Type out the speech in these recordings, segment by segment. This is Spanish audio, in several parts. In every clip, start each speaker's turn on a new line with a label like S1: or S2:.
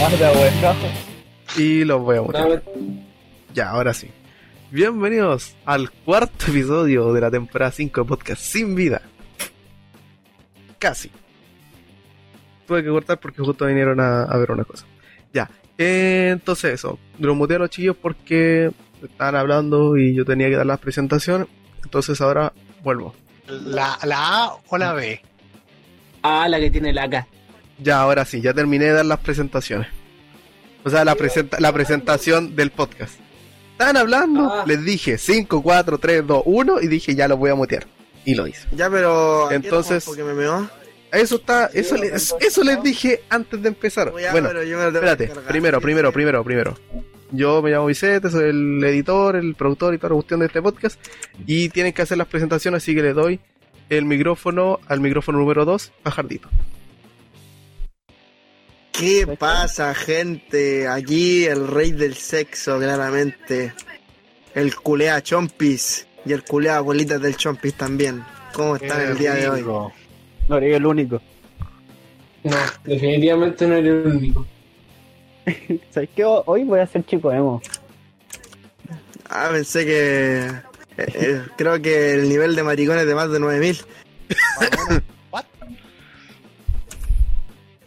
S1: Mata, weón.
S2: Y los voy a mutear.
S1: No,
S2: Ya, ahora sí. Bienvenidos al cuarto episodio de la temporada 5 de Podcast Sin Vida. Casi. Tuve que cortar porque justo vinieron a, a ver una cosa. Ya. eh, entonces eso. Los muteé a los chillos porque estaban hablando y yo tenía que dar la presentación. Entonces ahora vuelvo.
S3: La, la A o la B.
S4: Ah, la que tiene la acá.
S2: Ya, ahora sí. Ya terminé de dar las presentaciones. O sea, la, presenta la presentación del podcast. Estaban hablando,
S4: Ah.
S2: les dije 5, 4, 3, 2, 1 y dije ya los voy a mutear. Y lo hice.
S5: Ya, pero. ¿a qué
S2: Entonces-
S5: no? Porque me meó.
S2: Eso está,
S4: Sí,
S2: eso,
S4: lo
S2: les,
S4: tengo
S2: eso les
S4: escuchado.
S2: dije antes de empezar.
S5: Ya,
S2: bueno,
S5: pero yo me lo tengo que
S2: espérate,
S5: cargar.
S2: primero, primero, primero, primero. Yo me llamo Vicente, soy el editor, el productor y toda la cuestión de este podcast. Y tienen que hacer las presentaciones, así que le doy el micrófono al micrófono número 2 a Jardito.
S5: ¿Qué pasa, gente? Aquí el rey del sexo, claramente. El culea chompis. Y el culea abuelitas del chompis también. ¿Cómo están el día de hoy?
S3: Rico.
S1: No eres el único.
S4: No, definitivamente no era el único.
S1: ¿Sabes qué? Ho- Hoy voy a ser chico emo.
S5: Ah, pensé que. eh, eh, creo que el nivel de maricones es de más de 9000.
S3: What?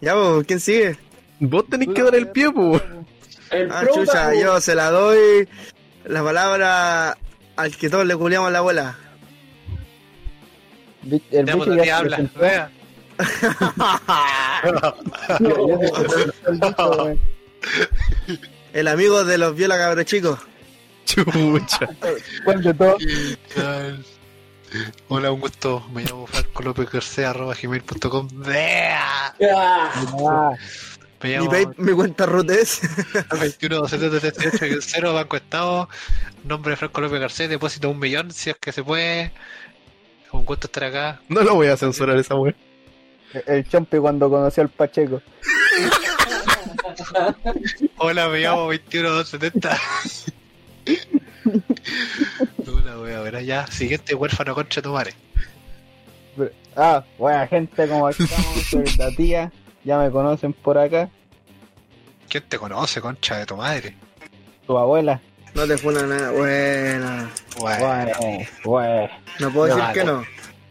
S5: Ya, pues, ¿quién sigue?
S2: Vos tenés que dar el pie, po.
S4: El
S5: Ah,
S4: prota,
S5: chucha,
S4: po.
S5: yo se la doy la palabra al que todos le culeamos a la abuela.
S1: Vi- El
S3: Ya, pues,
S1: bicho
S3: la tía
S1: ya se
S3: habla.
S1: presentó.
S3: Vea.
S1: Ya- ya se presentó el bicho, weón.
S5: El amigo de los viola cabros chicos.
S2: Chucha.
S1: ¿Cuál de todos?
S3: Chal. Hola, un gusto. Me llamo Franco López García, arroba gmail.com. Vea.
S4: Ah,
S1: Ah,
S3: Me
S5: Mi,
S3: llamo
S5: pay- mi cuenta root es.
S3: 21 278 Banco Estado. Nombre Franco López García. Depósito un millón, si es que se puede. Un gusto estar acá.
S2: No lo voy a censurar esa mujer.
S1: el Chompi cuando conoció al Pacheco.
S3: Hola, me llamo 21270. Una wea, verá ya. Siguiente huérfano concha tu madre.
S1: Pero- Ah, buena gente, como estamos, soy la tía. Ya me conocen por acá.
S3: ¿Quién te conoce, concha de tu madre?
S1: Tu abuela.
S5: No te funa nada. Bueno,
S3: Bueno,
S1: Bueno, bueno.
S5: no puedo decir
S3: Vale.
S5: que no.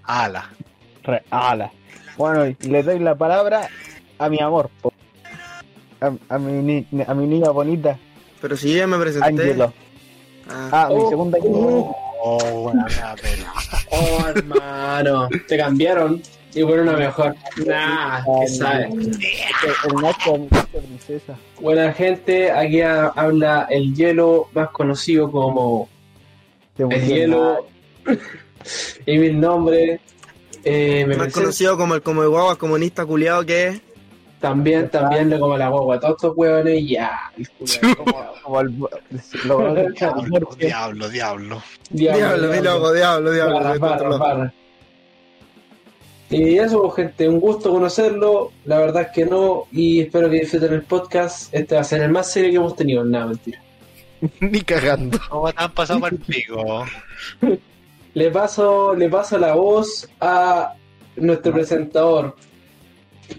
S3: ala.
S1: Reala. Bueno, y le doy la palabra a mi amor, po. A, a mi, ni- a mi niña bonita,
S5: Pero si yo ya me presenté.
S1: Ángelo.
S5: Ah,
S1: Ah, mi segunda niña.
S3: Oh, buena wea, pero.
S4: oh, hermano. Te cambiaron y por una mejor. Nah, que sabes.
S1: El Nacho, mi Nacho princesa.
S4: Buena gente, aquí ha- habla el hielo más conocido como
S1: Te
S4: el
S1: emociono.
S4: hielo. y mi nombre. eh, me
S5: más
S4: presento
S5: conocido como el como de guagua comunista culiado que es.
S4: también, también le como la guagua. Todos estos hueones, ya. el culo de guagua.
S1: Ah, Como el- lo conozco como
S3: Diablo,
S1: Jorge.
S3: diablo, diablo.
S5: Diablo, mi loco, diablo, diablo.
S4: Barra,
S5: de
S4: barra,
S5: todo lado.
S4: barra. Y eso, pues, gente, un gusto conocerlo. La verdad es que no, y espero que disfruten el podcast. Este va a ser el más serio que hemos tenido, nada, mentira.
S2: Ni cagando.
S3: ¿Cómo te han pasado por el pico?
S4: Le paso, le paso la voz a nuestro presentador,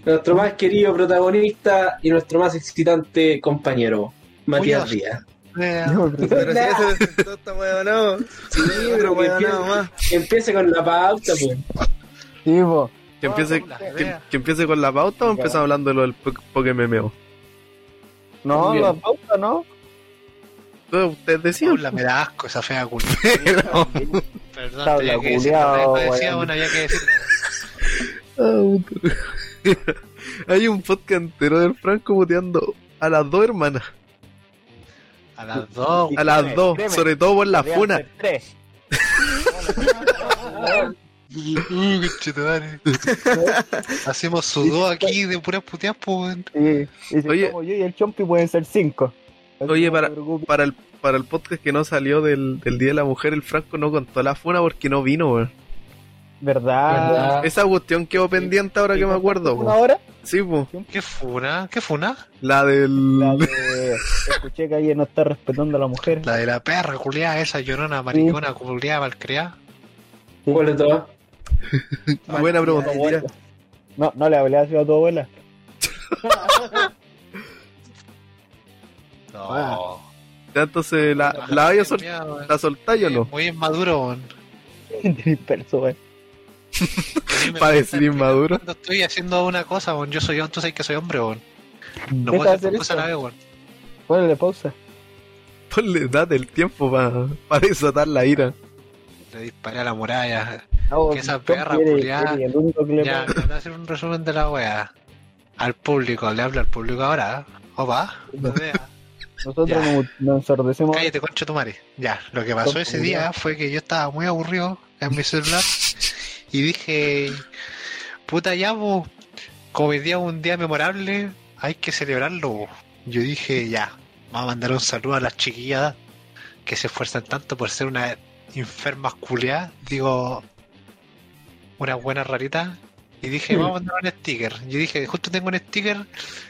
S4: nuestro más querido protagonista y nuestro más excitante compañero, Matías
S3: Oye,
S4: Díaz.
S3: Vea.
S1: Yo me presento.
S5: Pero si ya se presentó esta hueá, no.
S4: Sí,
S5: Pero
S4: pero que
S5: hueá,
S4: empiece,
S5: nada más.
S4: que empiece con la pauta, pues.
S1: Sí, po.
S2: Que empiece,
S3: Hola,
S2: que,
S3: vea.
S2: que empiece con la pauta o empezamos hablando de lo del po- Pokémon.
S1: No,
S4: Bien.
S1: la pauta, ¿no?
S2: Ustedes decían.
S3: Hola, me da asco esa fea culo.
S2: pero-
S3: Perdón,
S1: Tabla,
S3: tenía que decirlo.
S1: culiao,
S3: Culiao, decía,
S1: weón.
S3: bueno, había que decirlo.
S2: Ah, Hay un podcast entero del Franco puteando a las dos hermanas,
S3: A las dos,
S2: a las dos,
S1: Créeme.
S2: sobre todo por la
S1: Podrían
S2: funa.
S1: ser tres.
S5: Ah,
S3: Uh, conchetumare. Hacemos sudor aquí de puras puteas, pues. weón.
S1: Sí. Y si
S2: Oye.
S1: como yo y el Chompi pueden ser cinco. Así
S2: Oye,
S1: que no
S2: para-
S1: te preocupes.
S2: Para el, para el podcast que no salió del, del Día de la Mujer, el Franco no contó la funa porque no vino, weón.
S1: ¿Verdad?
S4: ¿Verdad?
S2: Esa cuestión quedó pendiente ahora que me acuerdo,
S1: ¿Una
S2: weón.
S1: hora?
S2: Sí, pues,
S3: ¿Qué funa? ¿Qué funa?
S2: la del...
S1: La que escuché que ayer no está respetando a la mujer.
S3: La de la perra, culiada, esa llorona, maricona, culiada, malcriada.
S4: ¿Cuál de todas?
S2: Buena pregunta.
S5: Ay, mira,
S1: No, no le hablé así a tu abuela. Ah.
S3: No.
S2: Ya, entonces, ¿la, Ah, la vaya a sol-
S3: Mira,
S2: la soltáis o no?
S3: Muy inmaduro, weón.
S1: Disperso, weón.
S3: Sí, me
S2: Para
S3: gusta
S2: decir inmaduro.
S3: Cuando estoy haciendo una cosa, weón, yo soy, tú sabes que soy hombre, weón. No
S1: Deja
S3: puedo
S1: de
S3: hacer
S1: hacer
S3: dos cosas a
S1: eso.
S3: la vez, weón.
S1: Ponle pausa.
S2: Ponle, date el tiempo para desatar la ira.
S3: Le disparé a la muralla.
S1: No,
S3: Que esa
S1: Trump
S3: perra
S1: quiere-
S3: culiada.
S1: quiere, el único que le
S3: Ya,
S1: pasa.
S3: voy a hacer un resumen de la wea. Al público, le hablo al público ahora. ¿eh? Opa, no vea.
S1: Nosotros
S3: Ya.
S1: nos, nos ensordecemos.
S3: Cállate, concha tu madre. Ya, lo que pasó ese día fue que yo estaba muy aburrido en mi celular y dije, puta ya, bo, como hoy día es un día memorable, hay que celebrarlo. bo". Yo dije, ya, vamos a mandar un saludo a las chiquillas que se esfuerzan tanto por ser unas enfermas culiadas, digo, unas buenas raritas. Y dije, vamos a mandar un sticker. Yo dije, justo tengo un sticker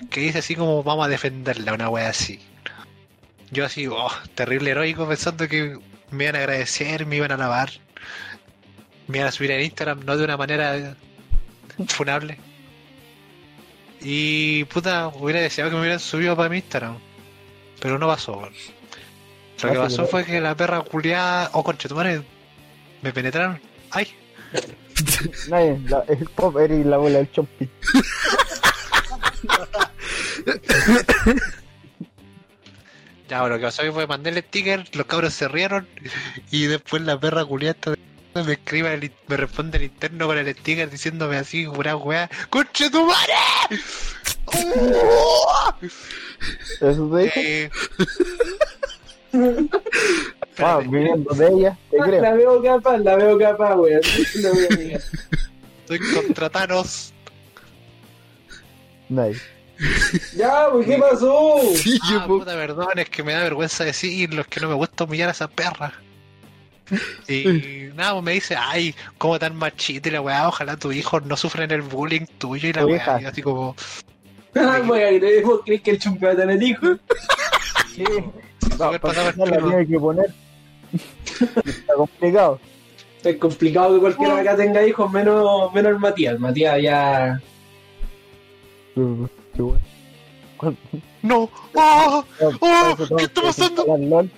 S3: que dice así como vamos a defenderla, una wea así. Yo así, oh, terrible heroico, pensando que me iban a agradecer, me iban a alabar, me iban a subir en Instagram, no de una manera funable. Y puta, hubiera deseado que me hubieran subido para mi Instagram, pero no pasó. weón. Lo
S1: Ah,
S3: que
S1: sí,
S3: pasó
S1: pero-
S3: fue que la perra culiada, oh concha tu madre, me penetraron. ¡Ay!
S1: Nadie, la- el popper y la bola del chompi.
S3: Ya, bueno, lo que pasó que fue mandé el sticker, los cabros se rieron y después la perra culiata me escribe, en el- me responde el interno con el sticker diciéndome así, una weá, ¡Conche tu madre! ¡Oh!
S1: Eso te dije.
S3: Eh,
S1: Ah,
S3: espérate,
S1: viniendo de ella, te creo.
S4: Ah, La veo capaz, la veo capaz, weón. No voy a negar.
S3: estoy contra Thanos.
S1: Nadie.
S4: Ya, pues, ¿qué pasó?
S2: Sí,
S3: Ah,
S2: yo po-
S3: puta, perdón, es que me da vergüenza decirlo, es que no me gusta humillar a esa perra. Y nada, pues me dice, ay, cómo tan machito y la weá, ojalá tu hijo no sufra en el bullying tuyo y la
S1: Tu
S3: weá,
S1: hija.
S3: y yo así como...
S4: Ah, weón, ¿Vos crees que el chumpe va a tener hijos?
S3: Sí,
S1: No,
S3: súper
S1: para
S3: pasado el
S1: empezar la
S3: turno.
S1: tiene que poner. Está complicado.
S4: Es complicado que cualquiera de acá tenga hijos, menos, menos el Matías. Matías ya.
S1: Sí, sí, bueno.
S3: No, ¡ah!
S1: No,
S3: ¡Oh!
S1: para eso
S3: ¿Qué
S1: tengo
S3: está
S1: que
S3: pasando?
S1: instalar LOL.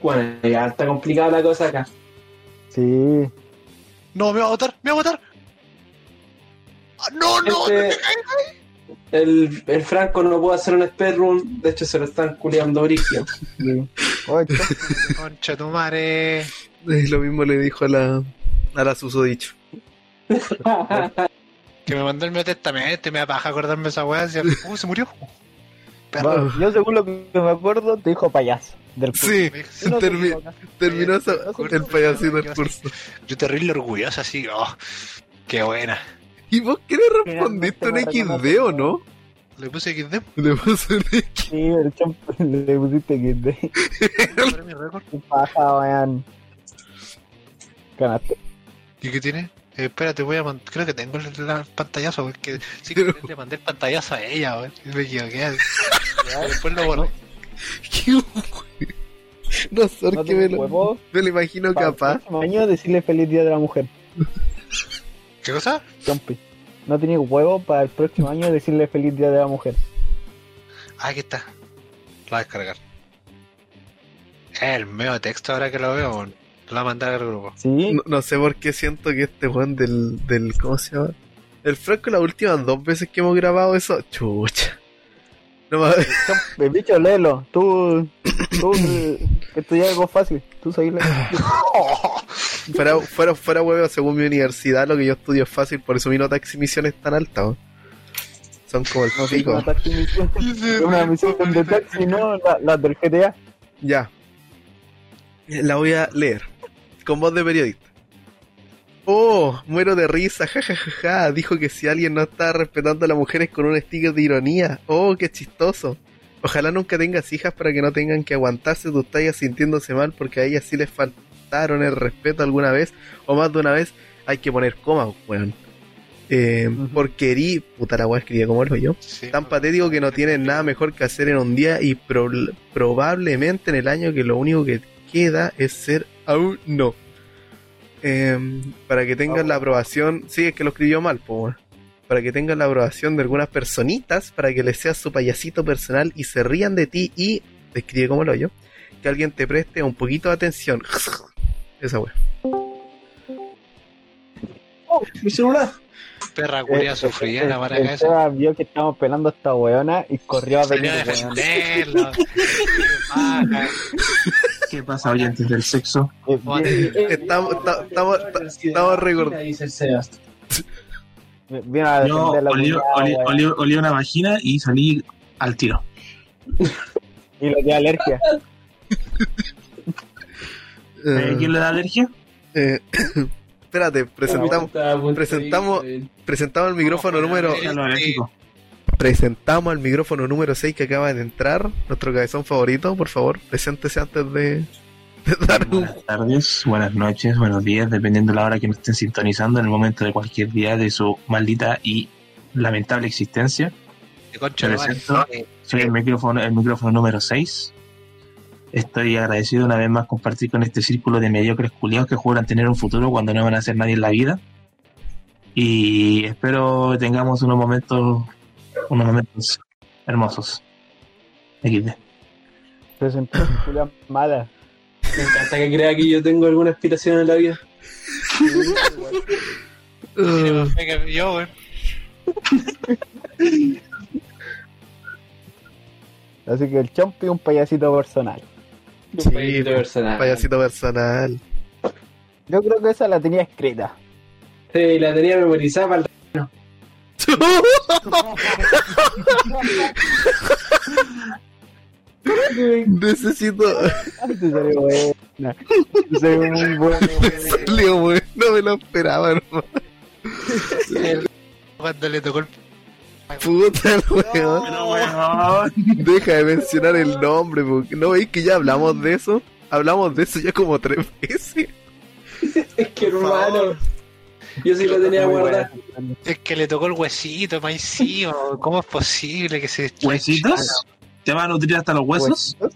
S4: Bueno, ya está complicada la cosa acá.
S1: Sí.
S3: No, me va a botar, me va a botar. Ah, No, no,
S4: Este- El, el Franco no puede hacer un speedrun, de hecho se lo están culeando brígido.
S1: sí. Oye,
S3: concha tu madre.
S2: Eh, Lo mismo le dijo a la, a la susodicho.
S3: Que me mandó el medio testamento y me apaja acordarme de esa weá. decía, Uh, se murió. Perro.
S1: va, Ah, yo según lo que me acuerdo, te dijo payaso. Del
S2: Sí,
S3: Me dijo,
S1: Yo no te
S2: termi-
S1: digo acá.
S2: terminó esa-
S1: Curso,
S2: el payasito
S3: yo
S2: del curso.
S3: Yo terrible orgullosa, así, oh, qué buena.
S2: ¿Y vos qué le respondiste un
S1: Finalmente me
S2: XD o no?
S3: Le puse XD
S2: Le puse un
S1: Sí, el chompi le pusiste que de
S3: por mi récord.
S1: qué paja, weón. Ganaste.
S3: ¿Y qué tiene? Eh, espérate, voy a mandar. Creo que tengo el, el pantallazo, weón, que sí que le mandé el pantallazo a ella, weón. y Me equivoqué. así. Después lo borré.
S2: XD. No, sorry
S1: No
S2: que me
S1: tengo
S2: lo,
S1: huevo.
S2: me lo imagino
S1: Para el
S2: capaz.
S1: próximo año decirle feliz día de la mujer,
S3: ¿Qué cosa?
S1: chompi. No tenía huevo para el próximo año decirle feliz día de la mujer.
S3: Ah, aquí está. Lo voy a descargar. El medio texto ahora que lo veo, weón. lo voy a mandar al grupo.
S1: Sí,
S2: No, no sé por qué siento que este Juan del, del. ¿Cómo se llama? El Franco, las últimas dos veces que hemos grabado eso. Chucha. No mames.
S1: chompi, bicho, léelo. Tú, tú, que tú ya algo fácil. Tú seguirle.
S2: Fuera, fuera, fuera huevo, según mi universidad, lo que yo estudio es fácil, por eso mi nota de exhibición es tan alta. ¿no? Son como el pico.
S1: Una, taxi misión- una misión de taxi, ¿no? La, la del GTA.
S2: Ya. La voy a leer. Con voz de periodista. Oh, muero de risa, jajajaja. Dijo que si alguien no está respetando a las mujeres con un sticker de ironía. Oh, qué chistoso. Ojalá nunca tengas hijas para que no tengan que aguantarse tus tallas sintiéndose mal porque a ellas sí les faltaron el respeto alguna vez o más de una vez. Hay que poner comas, weón. Eh,
S1: Ujú.
S2: Porque herí, puta la weá, escribía como lo yo
S3: Sí,
S2: tan
S3: weón.
S2: patético que no tienen nada mejor que hacer en un día y pro- probablemente en el año que lo único que queda es ser aún no. Em, para que tengan la aprobación, sí, es que lo escribió mal, po, weón. para que tengas la aprobación de algunas personitas, para que le seas su payasito personal y se rían de ti y, describe como lo yo, que alguien te preste un poquito de atención. Esa wea.
S4: ¡Oh, mi celular!
S3: Perra
S2: Eh,
S3: culia sufría la
S1: Eh, El
S3: maraca esa.
S1: Seba vio que estábamos pelando a esta weona y corrió a venir.
S3: Salió a
S1: weón.
S3: defenderlo. Baja.
S6: ¿Qué pasa, oyentes del sexo?
S1: Eh,
S3: Joder.
S1: bien-
S2: Estamos- ta- estamos- ta- estamos recordando.
S4: Dice el Sebas.
S1: Vino a
S6: Yo
S1: defender la eh.
S6: olí,
S1: culiada,
S6: olí-
S1: weón.
S6: olí- olí una vagina y salí al tiro.
S1: Y le dio alergia.
S6: Eh, ¿Quién le da alergia?
S2: Eh, espérate, presentamos,
S4: Estaba a punto de
S2: presentamos-
S4: ir,
S6: Oh.
S2: presentamos el micrófono número.
S6: A los alérgicos.
S2: Presentamos al micrófono número 6 que acaba de entrar, nuestro cabezón favorito, por favor, preséntese antes de, de dar un
S6: Buenas tardes, buenas noches, buenos días, dependiendo de la hora que nos estén sintonizando en el momento de cualquier día de su maldita y lamentable existencia.
S3: De concha de madre.
S6: Presento.
S3: Eh,
S6: Soy el micrófono, el micrófono número 6. Estoy agradecido una vez más compartir con este círculo de mediocres culiados que juegan tener un futuro cuando no van a ser nadie en la vida. Y espero tengamos unos momentos, unos momentos hermosos. XD.
S1: Se sentó una culiada mala.
S4: sí. Me encanta que crea que yo tengo alguna aspiración en la vida.
S3: tiene más fe que Yo, weón.
S1: Así que el Chompi un payasito personal.
S4: Un
S2: Sí,
S4: payasito
S2: pues,
S4: personal.
S2: payasito personal.
S1: Yo creo que esa la tenía escrita.
S4: Sí, la tenía memorizada para el
S2: Necesito.
S1: Te salió buena. Te salió muy buena.
S2: Leo, güey, no me lo esperaba, hermano.
S3: Cuando le tocó el.
S2: Puta, el weón. Deja de mencionar el nombre, porque no veis que ya hablamos de eso. Hablamos de eso ya como tres veces.
S4: Es que hermano. Yo sí la tenía
S1: Muy
S4: guardada.
S1: buena.
S3: Es que le tocó el huesito, más encima. weón. ¿Cómo es posible que se.
S6: ¿Huesitos? ¿Te van a nutrir hasta los huesos?
S1: Lo-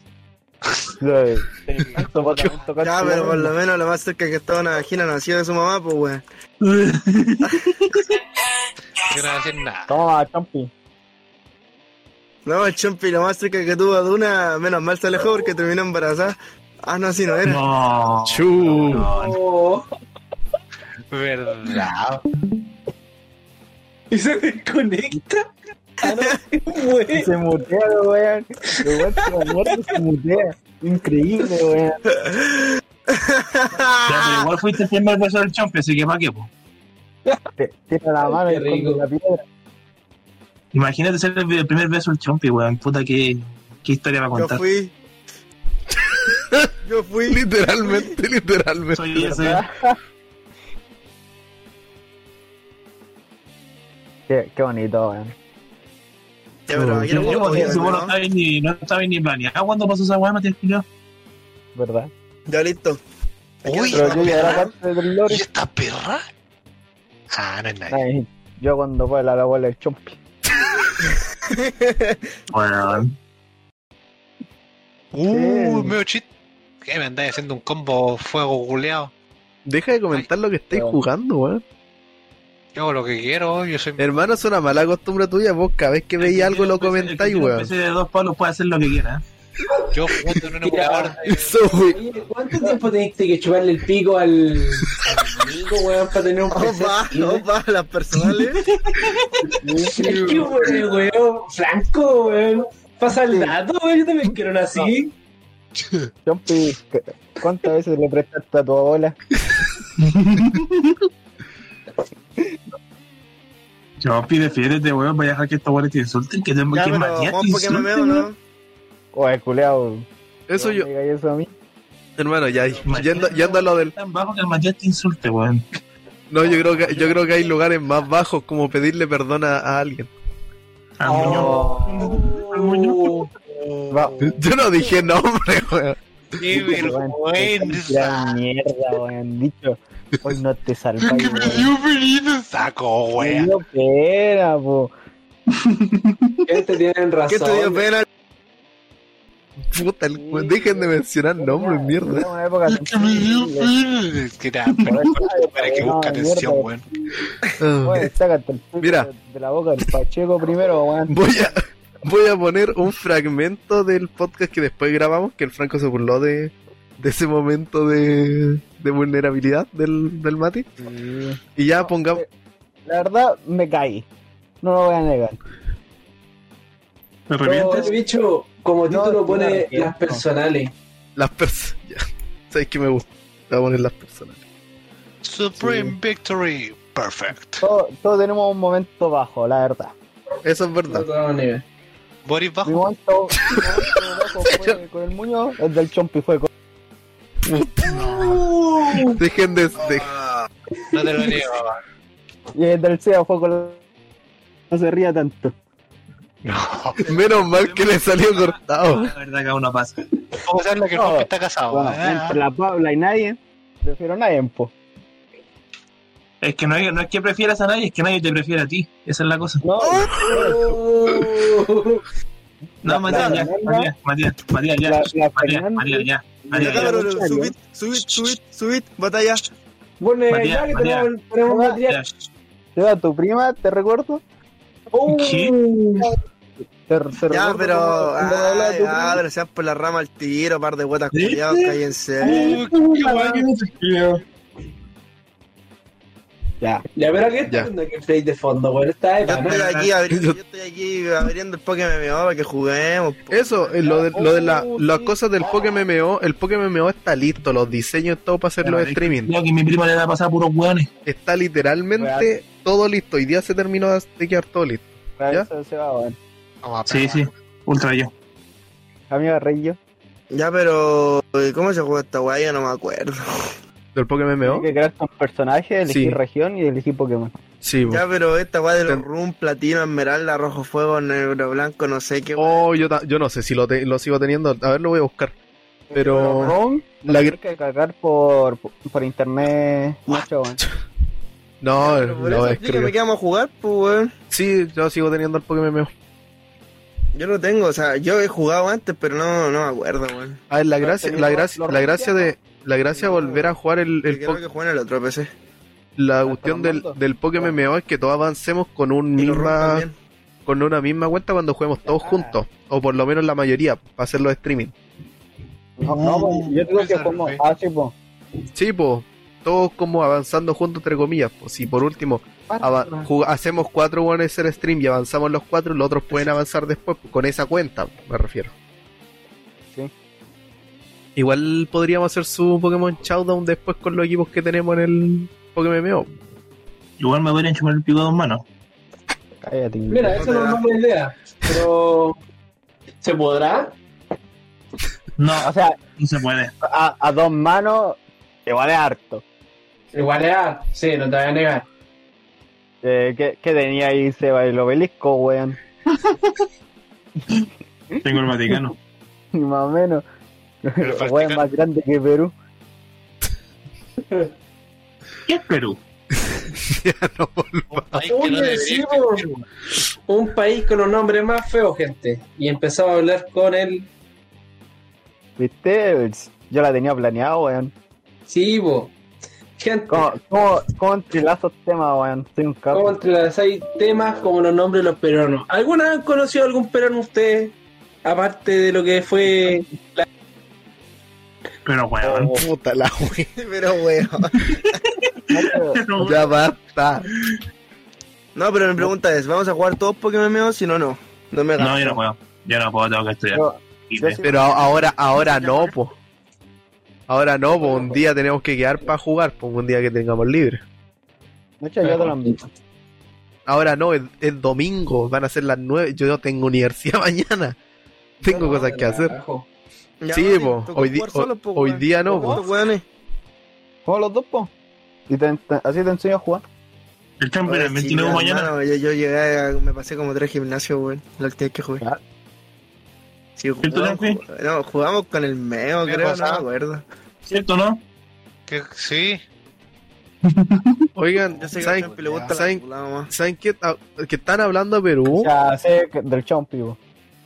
S1: tanto bota- tanto corte,
S5: Ya, pero por
S1: weón.
S5: lo menos lo más cerca que estaba una vagina nació de su mamá, pues, weón.
S3: Yo no voy a hacer nada.
S1: Toma, Chompi.
S5: No, el Chompi, lo más cerca que tuvo de una, menos mal se alejó porque terminó embarazada. Ah, no, así no era.
S6: No.
S2: Chu.
S6: No.
S4: Oh,
S3: Verdad.
S4: y se desconecta. Ah, no, güey.
S1: Se mutea, weón. Lo weón se la muerte se mutea. Increíble, weón.
S6: Ya, pero igual fuiste el primer beso del chompe, así que pa' qué, po.
S1: Te- Tira la
S4: Ay,
S1: mano
S4: qué
S1: y esconde
S4: rico.
S1: la piedra.
S6: Imagínate ser el, el primer beso del chompe, weón. Puta, qué, qué historia va a
S5: Yo
S6: contar.
S5: fui. Yo fui.
S2: Literalmente, literalmente.
S6: Soy ese.
S1: Qué, qué bonito, weón.
S5: Ya, pero aquí
S6: Yo
S5: no
S6: digo,
S5: puedo,
S6: si vos no
S5: weón, ¿no?
S6: estabas ni, no estabas ni planeado. ¿Cuándo pasó esa weá, Matías Pilo?
S1: ¿Verdad?
S5: Ya listo.
S3: Uy,
S5: Pero
S3: esta
S1: Pero yo ya era
S3: perra.
S1: parte del
S3: ¿Y
S1: lore.
S3: esta perra? Ah, no es nadie.
S1: Ay, Yo cuando pueda la abuela el chompi.
S6: Weón.
S3: Uh,
S1: Sí.
S3: medio chiste. ¿Qué me andáis haciendo un combo fuego guleado?
S2: Deja de comentar lo que estáis
S1: Ay.
S2: jugando, weón.
S3: Yo hago lo que quiero, yo soy.
S2: Hermano, es una mala costumbre tuya. Vos cada vez que veis algo lo comentáis, weón.
S6: El de dos palos puede hacer lo que quiera.
S3: Yo jugando en un emulador de.
S2: Eso, güey.
S4: Oye, ¿cuánto tiempo teniste que chuparle el pico al, al amigo, weón, para tener un
S1: Ah,
S5: Opa,
S4: presente?
S5: opa, las personales.
S4: Es que, weón, weón, Franco, weón. Pasa el dato, weón, yo también quiero una así.
S1: Chompi, ¿cu- ¿cuántas veces le prestaste a tu abuela?
S6: Chompi, defiéndete, weón. Voy a dejar que estos weones te insulten. Que te
S5: Ya,
S6: que
S5: pero
S6: Matías te
S5: vamos porque me
S6: insulte,
S5: meo,
S6: weón.
S5: ¿no?
S1: Oye, culeado.
S2: Eso yo.
S1: Me diga eso a mí.
S2: Hermano, ya, yendo, yendo a lo del.
S6: Tan bajo que el Matías te insulte, weón.
S2: No, yo creo que, yo creo que hay lugares más bajos como pedirle perdón a, a alguien.
S4: Ah,
S6: Al
S4: Oh.
S6: muñón. Al muñón.
S1: Va-
S2: Yo no dije nombre, weón.
S3: ¡Qué
S1: Weón, te estás tirando
S3: vergüenza!
S1: mierda, weón. Dicho, hoy no te salváis,
S3: ¡Que me dio feliz saco,
S1: weón.
S3: wea!
S1: Lo que era, po.
S4: Gente Este tienen
S5: ¿Qué te dio
S4: razón.
S5: pena?
S2: Puta, el- dejen de mencionar nombres, mierda.
S1: Era una época tan
S5: eh.
S1: terrible.
S3: Que era para que busca atención, weón.
S1: eh. Bueno, sácate el pico
S2: Mira.
S1: de la boca del Pacheco primero, weón.
S2: Voy a, voy a poner un fragmento del podcast que después grabamos, que el Franco se burló de, de ese momento de, de vulnerabilidad del, del Mati. Y ya pongamos...
S1: La verdad, me caí. No lo voy a negar.
S6: ¿Me
S4: No,
S6: arrepientes?
S4: de hecho, como
S1: No,
S4: título
S1: no,
S4: pone
S1: no.
S4: las personales.
S2: Las personas. Sabéis que me gusta. Voy a poner las personas.
S3: Supreme Victory. Perfect.
S1: Todos, todos tenemos un momento bajo, la verdad.
S2: Eso es
S4: No,
S2: verdad.
S4: te lo niego.
S3: Boris
S1: Mi
S3: Bajo.
S1: momento, mi momento bajo fue con el Muñoz, el del Chompi fue con...
S2: Dejen de. de-
S3: No te lo niego.
S1: Y el del SEA fue con... la- No se ría tanto.
S3: No.
S2: menos mal que le salió cortado.
S6: La verdad que aún no pasa.
S3: ¿Cómo sabes que el
S1: No.
S3: Juanpi está casado?
S1: Bueno,
S3: Ah,
S1: entre la Paula y nadie, prefiero nadie, po.
S6: Es que no, hay- no es que prefieras a nadie, es que nadie te prefiere a ti. Esa es la cosa.
S1: No,
S5: Oh.
S1: La-
S6: No, Matías,
S1: la
S6: ya,
S1: Fernanda-
S6: Matías, Matías, Matías, ya.
S1: la- la
S6: Matías,
S1: Fernanda-
S6: Matías, ya.
S5: Ya,
S6: Matías, ya.
S5: cabros,
S1: ya.
S5: subid, subid, subid, subid, batalla.
S4: Bueno,
S6: Matías,
S4: ya que
S6: Matías.
S4: tenemos, tenemos
S1: Hola.
S4: material.
S1: te veo a tu prima, te recuerdo.
S4: ¡Oh!
S1: Te, te
S5: Ya,
S1: recuerdo
S5: pero.
S1: cuando- cuando me hablaba de
S5: Ay,
S1: tu
S5: ah,
S1: prima.
S5: pero seas por la rama al tiro, par de botas
S6: ¿Sí?
S5: culiados, cállense.
S3: Uy, qué guay que-
S1: Ya,
S4: Ya, pero ¿qué está
S2: Ya.
S4: viendo que play de fondo, güey? Está de
S5: Yo
S4: pana.
S5: estoy aquí, abri- yo estoy aquí abriendo el Pokémon MMO para que juguemos. po.
S2: Eso, eh, lo de, lo de la, las cosas del Pokémon MMO. El Pokémon MMO está listo. Los diseños, todo para hacerlo de streaming.
S6: Creo que mi prima le da a pasar a puros hueones.
S2: Está literalmente todo listo. Hoy día se terminó de quedar todo listo.
S1: para
S2: ¿Ya?
S1: eso se va, weón.
S3: Vamos a
S6: Sí,
S3: pegar.
S6: sí. Ultra yo.
S1: Amigo Reyo,
S5: Ya, pero. eh, ¿Cómo se juega esta weá? Yo no me acuerdo.
S2: ¿Del Pokémon MMO?
S1: hay que crear un personaje, elegir
S2: Sí.
S1: región y elegir Pokémon.
S2: Sí, bo.
S5: Ya, pero esta weá de los
S2: Ten-
S5: Rum, Platino, Esmeralda, Rojo Fuego, Negro, Blanco, no sé qué. weá.
S2: Oh, yo, ta- yo no sé si lo, te- lo sigo teniendo. A ver, lo voy a buscar. Pero.
S1: Rom,
S2: La,
S1: hay que cargar por, por internet mucho, weón.
S2: no,
S5: Pero por
S2: lo
S5: eso,
S2: descargué.
S5: explícame qué vamos a jugar, pues, weón.
S2: Sí, yo sigo teniendo el Pokémon MMO.
S5: Yo no tengo, o sea, yo he jugado antes, pero no, no me acuerdo, weón.
S2: A ver, la gracia, la
S1: teníamos
S2: gracia,
S1: los
S2: la gracia de. La gracia de volver a jugar el, el
S5: Yo creo
S2: po-
S5: que juegan el otro PC.
S2: la
S1: hasta
S2: cuestión
S1: los
S2: del,
S1: mandos.
S2: del Pokémon MMO es que todos avancemos con un
S5: Y los Rum
S2: misma,
S5: también.
S2: con una misma cuenta cuando juguemos todos
S1: Ah.
S2: juntos, o por lo menos la mayoría, para hacer los streaming.
S1: No, no, weón, yo digo que
S3: Esa
S1: como
S3: fue.
S1: así, po.
S2: Sí, pues, todos como avanzando juntos entre comillas, pues si por último ava- jug- hacemos cuatro buenos hacer stream y avanzamos los cuatro, los otros pueden avanzar después, pues, con esa cuenta, me refiero.
S1: Sí.
S2: Igual podríamos hacer su Pokémon Showdown después con los equipos que tenemos en el Pokémon MMO.
S6: Igual me voy a enchumar el pico de dos manos.
S1: Cállate,
S4: Mira, esa no es mala idea. Pero. ¿Se podrá?
S6: No,
S1: O sea,
S6: no se puede.
S1: a, a dos manos te vale harto.
S4: Igual es A. Sí, no te voy a negar.
S1: Eh, ¿qué, qué tenía ahí Seba? El obelisco, weón.
S6: Tengo el Vaticano.
S1: Ni más o menos.
S3: El
S1: Weón
S3: Vaticano.
S1: más grande que Perú.
S6: ¿Qué es Perú?
S2: no,
S3: Un país que
S4: Un,
S3: no debería
S4: vecino,
S3: existir, weón.
S4: un país con los nombres más feos, gente. Y empezaba a hablar con él.
S1: ¿Viste? Yo la tenía planeado, weón.
S4: Sí, bo. Gente,
S1: ¿Cómo, cómo, cómo entrelazo temas, weón? Soy un
S4: ¿cómo
S1: capo.
S4: entrelazáis temas como los nombres de los peruanos? ¿Alguna han conocido algún peruano ustedes? Aparte de lo que fue.
S6: Pero
S1: Oh,
S6: weón.
S2: puta la wea.
S5: pero, weón.
S6: Pero,
S2: Ya basta.
S5: No, pero mi pregunta es, ¿vamos a jugar todos Pokémon MMO? Si no, no. No me
S6: No,
S5: hagas.
S6: yo no puedo. Yo no puedo, tengo que estudiar.
S1: Yo-
S6: Y
S1: yo
S6: de-
S1: sí-
S2: Pero a- ahora, ahora no, po. Ahora no, po. Un día tenemos que quedar para jugar, po. Un día que tengamos libre.
S1: De hecho, yo te lo invito.
S2: Ahora no, es, es domingo. Van a ser las nueve. Yo no tengo universidad mañana. Tengo cosas que hacer.
S4: Carajo.
S5: Ya,
S2: Sí,
S5: Mati,
S2: po.
S5: tocó
S2: Hoy, di-
S5: jugar solo, po,
S2: hoy- hoy
S5: weón.
S2: día no,
S5: Con
S2: po.
S5: estos weones.
S1: ¿Cómo los dos, po? Y te- te- así te enseño a jugar.
S6: El champion
S5: Oye,
S6: el
S5: sí,
S6: 29 mañana.
S5: hermano, yo, yo llegué, a- me pasé como tres gimnasios, weón. La actividad que jugué.
S1: Ah.
S5: Sí,
S6: tú
S5: jugamos,
S6: también?
S5: ju- no, jugamos con el meo,
S3: ¿Qué
S5: creo,
S3: pasaba?
S5: no me acuerdo.
S6: ¿Cierto, no?
S3: Que- Sí.
S2: Oigan,
S5: Yo sé que a
S2: ¿saben,
S5: Champi le gusta la
S2: ¿saben, Ah,
S5: pelada, mamá.
S3: Uh.
S2: saben que, que están hablando de Perú?
S1: Ya sé que- del chompi, po.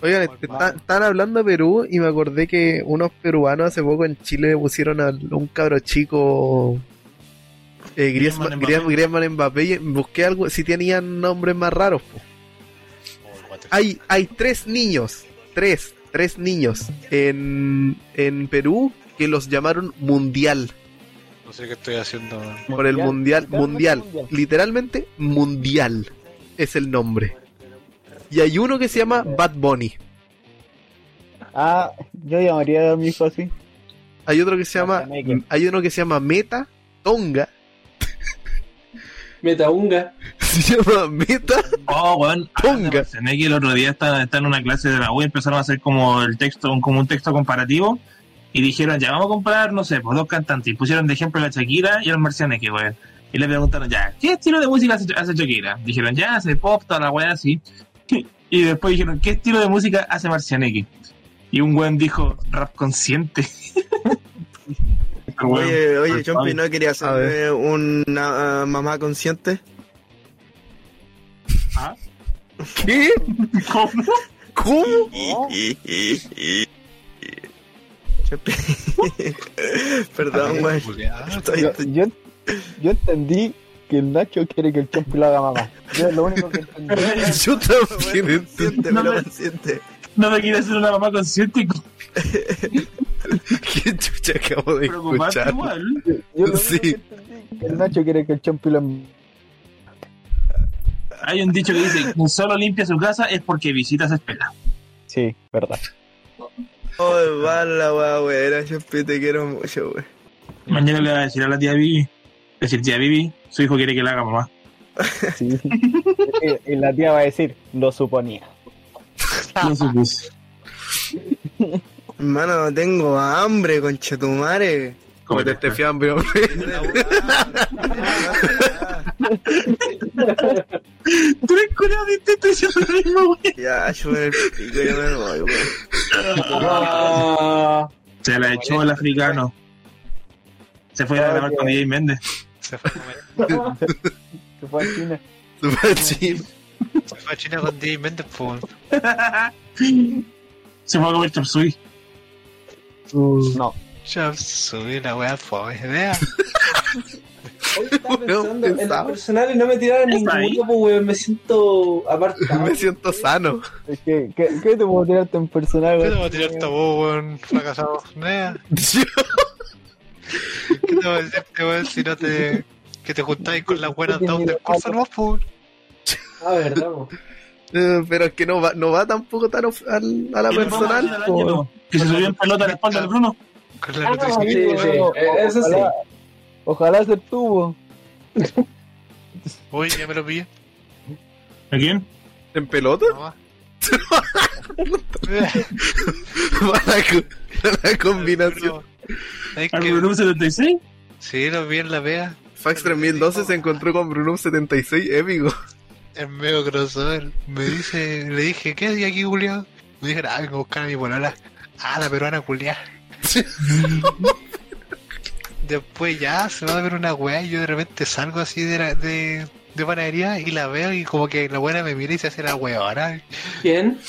S2: Oigan, este, ta- estaban hablando de Perú y me acordé que unos peruanos hace poco en Chile pusieron a un cabro chico eh, Griezmann, Griezmann,
S3: Griezmann
S2: Griezmann Mbappé y busqué algo, si tenían nombres más raros. po. Hay, hay tres niños, tres, tres niños en, en Perú que los llamaron Mundial,
S3: No sé qué estoy haciendo. weón.
S2: por el Mundial, Mundial,
S1: Mundial.
S2: literalmente Mundial es el nombre. Y hay uno que se llama Bad Bunny.
S1: Ah, yo llamaría a mi hijo así.
S2: Hay otro que se
S3: Ah,
S2: llama.
S1: Schwarzenegger.
S2: Hay uno que se llama Meta Tonga.
S4: Metaunga.
S2: Se llama Meta.
S6: Oh, weón.
S2: Ponga.
S6: Mencioné que el otro día estaba, estaba en una clase de la U y empezaron a hacer como el texto, un- como un texto comparativo. Y dijeron, ya vamos a comparar, no sé, pues dos cantantes. Y pusieron de ejemplo a la Shakira y al Marcianeque, weón. Y le preguntaron, ya, ¿qué estilo de música hace, hace Shakira? Dijeron, ya, hace pop, toda la weá así. Y después dijeron, ¿qué estilo de música hace Marcianeque? Y un weón dijo, rap consciente. Weón.
S5: Oye, oye,
S1: pues,
S6: por
S5: Chompi,
S6: favor.
S5: ¿no quería
S2: A
S5: hacerme una ah, mamá consciente?
S6: Ah,
S2: ¿Qué?
S6: ¿cómo?
S2: ¿Cómo?
S5: Chompi. Perdón, güey.
S3: Culeado.
S5: Estoy-
S1: Ah, pues, Yo,
S5: estoy-
S1: yo, yo entendí que el Nacho quiere que el Chompi lo haga mamá. Yo es lo único que entendí.
S2: Yo también entendí.
S5: Siente,
S6: No
S5: pero
S6: me-
S5: siente.
S6: No me quiere hacer una mamá consciente.
S2: ¿Qué chucha acabo de
S6: Preocupante
S2: escuchar?
S6: igual.
S1: Yo lo único
S2: Sí.
S1: que entendí que el Nacho quiere que el Chompi lo...
S6: Hay un dicho que dice, quien solo limpia su casa es porque visitas espera.
S1: Sí, verdad.
S5: Oh, va la weá, güey. Era Chompi, te quiero mucho, güey.
S6: Mañana le va a decir a la tía Vivi, decir tía Vivi, su hijo quiere que la haga mamá.
S1: Sí. y, y la tía va a decir, lo suponía.
S6: No supuse.
S5: Hermano, tengo hambre, conchetumare.
S2: Comete este fiambre, hombre.
S6: Tú eres curado de te estoy diciendo lo mismo, güey.
S5: Ya, yo me pico, ya me voy, güey.
S4: Ah,
S6: Se la echó el africano. Se fue
S2: Ah,
S6: a grabar con DJ Méndez.
S3: Se fue a comer-
S1: Se fue a China.
S2: Super chip.
S3: se fue a China con DJ Mendes, po, weón.
S6: Se fue a comer chop suey.
S3: Uh.
S1: No,
S3: Ya subí la weá, fue idea.
S4: hoy estaba
S2: Bueno,
S4: pensando en los
S2: pensaba.
S4: personales, no me tiraron
S6: Está ahí.
S4: ninguno, pues, weón. Me siento apartado.
S2: Me siento sano.
S1: es que, ¿qué, qué te puedo tirarte en
S3: ¿Qué
S1: personal, güey?
S3: te va a tirar esta voz, weón? Fracasado. Nea. ¿Qué te va a decirte, weón, si no te. que te juntáis con las buenas damas del curso, no, po?
S4: Ah, verdad, po.
S2: Eh, Pero es que no va, no va tampoco tan of- al- a la personal. po.
S6: Que se subió en pelota a la espalda de Bruno.
S3: Con la
S1: Ah,
S3: noticia
S1: sí,
S3: que
S1: sí,
S3: weón.
S4: Eh, eso sí.
S1: Ojalá- Ojalá se tuvo.
S3: Uy, ya me lo pillé.
S6: ¿A quién?
S2: ¿En pelota?
S3: No va.
S2: Mala, co- mala combinación.
S3: Es
S6: ¿Al
S3: que
S6: Bruno 76?
S3: sí, lo vi en la vea.
S2: Fax 3012 se encontró con Bruno 76 épico.
S3: Es medio crossover. Me dice, le dije, ¿qué hay aquí, Julián? Me dijeron, ah, vengo a buscar a mi polola. Ah, la peruana Julián. Después ya se va a ver una weá y yo de repente salgo así de la, de, de panadería y la veo y como que la buena me mira y se hace la weona.
S4: ¿Quién?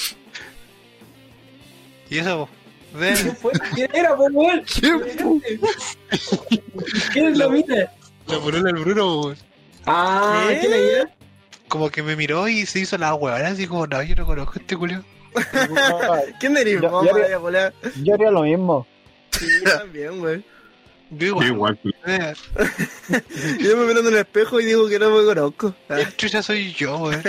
S3: Y eso, po. de,
S4: ¿Quién fue? ¿Quién era, po, weón? ¿Quién es la mina?
S3: la polola del Bruno, po.
S4: Ah,
S5: ¿Qué?
S4: ¿quién era?
S3: como que me miró y se hizo la weona así como, no, yo no conozco a este Julio.
S5: ¿Quién eres,
S1: Ya-
S5: mamá?
S1: ya
S5: Ya,
S1: le-
S5: ya,
S1: Yo haría lo mismo.
S5: Sí, también, güey.
S3: Yo igual. eh,
S5: Yo me miro en el espejo y digo que no me conozco. Ah,
S3: ¿Quién chucha soy yo, weón?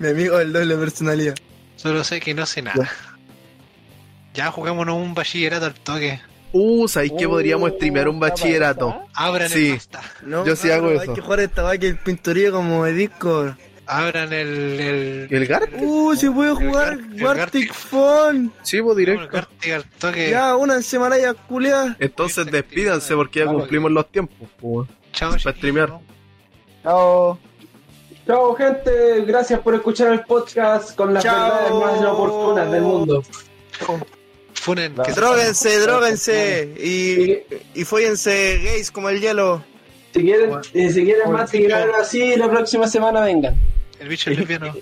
S5: mi amigo del doble personalidad.
S3: Solo sé que no sé nada. Ya juguémonos un bachillerato al toque.
S2: Uh, ¿sabéis que podríamos
S1: Uh, ¿ah?
S2: streamear un
S1: está para
S2: bachillerato?
S1: esa.
S3: Abran
S2: Sí.
S3: el Masta.
S5: No,
S2: Yo sí
S5: cabrón,
S2: hago
S5: Hay
S2: eso.
S5: que jugar esta vaca el pintoría como de disco.
S3: Abran el. el...
S2: ¿El Gartic?
S5: Uh, se puede
S3: El
S5: jugar
S3: Gar- el
S5: Gartic
S3: Gartic.
S5: Phone.
S2: Sí, pues
S3: el
S2: directo.
S3: Gartic al toque.
S5: Ya, una semana ya culia.
S2: Entonces despídanse porque ya
S3: Vamos.
S2: cumplimos los tiempos. po.
S3: Chao,
S2: para
S3: chiquillos.
S2: streamear.
S1: Chao.
S4: Chao, gente. Gracias por escuchar el podcast con las
S5: Chao.
S4: verdades más inoportunas del mundo.
S3: Funen,
S1: Va.
S3: que se-
S5: Dróguense, dróguense. Y, y fóllense gays como el hielo.
S4: Si quieren, eh, si quieren
S3: Bueno,
S4: más, si quieren algo así, la próxima semana vengan.
S3: el bicho es lesbiano.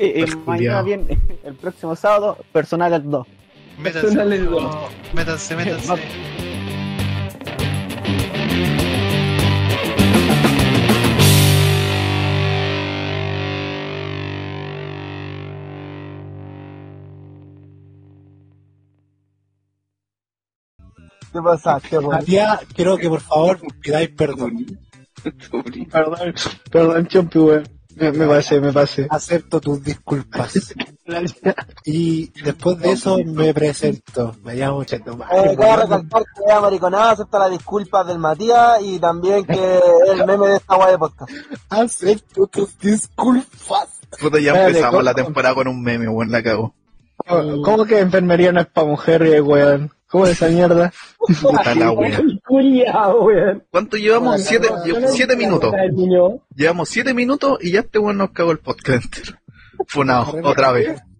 S1: Y, y
S7: Perjudiado.
S1: mañana bien, el próximo sábado, Personal 2.
S3: Métanse,
S4: Dale, dale.
S3: oh, métanse, métanse.
S1: ¿Qué pasaste,
S8: Hoy día quiero que por favor me pidáis perdón.
S7: Perdón, perdón, Chompi, weón. Me, me pasé, me pasé.
S8: Acepto tus disculpas. Y después de eso me presento. Me llamo Chetumare.
S5: Eh, cabe recalcar que la mariconada acepta las disculpas del Matías y también que el meme de esta guay de podcast.
S8: Acepto tus disculpas.
S2: Puta, ya
S1: Espérate,
S2: empezamos la
S1: ¿cómo?
S2: temporada con un meme, weón, la cago.
S1: ¿Cómo, cómo que enfermería no es para mujeres, weón? ¿Cómo esa mierda?
S2: Puta la weón. ¿Cuánto llevamos? Siete, lle- siete minutos. Llevamos siete minutos y ya este weón nos cagó el podcast entero. Funado, otra vez.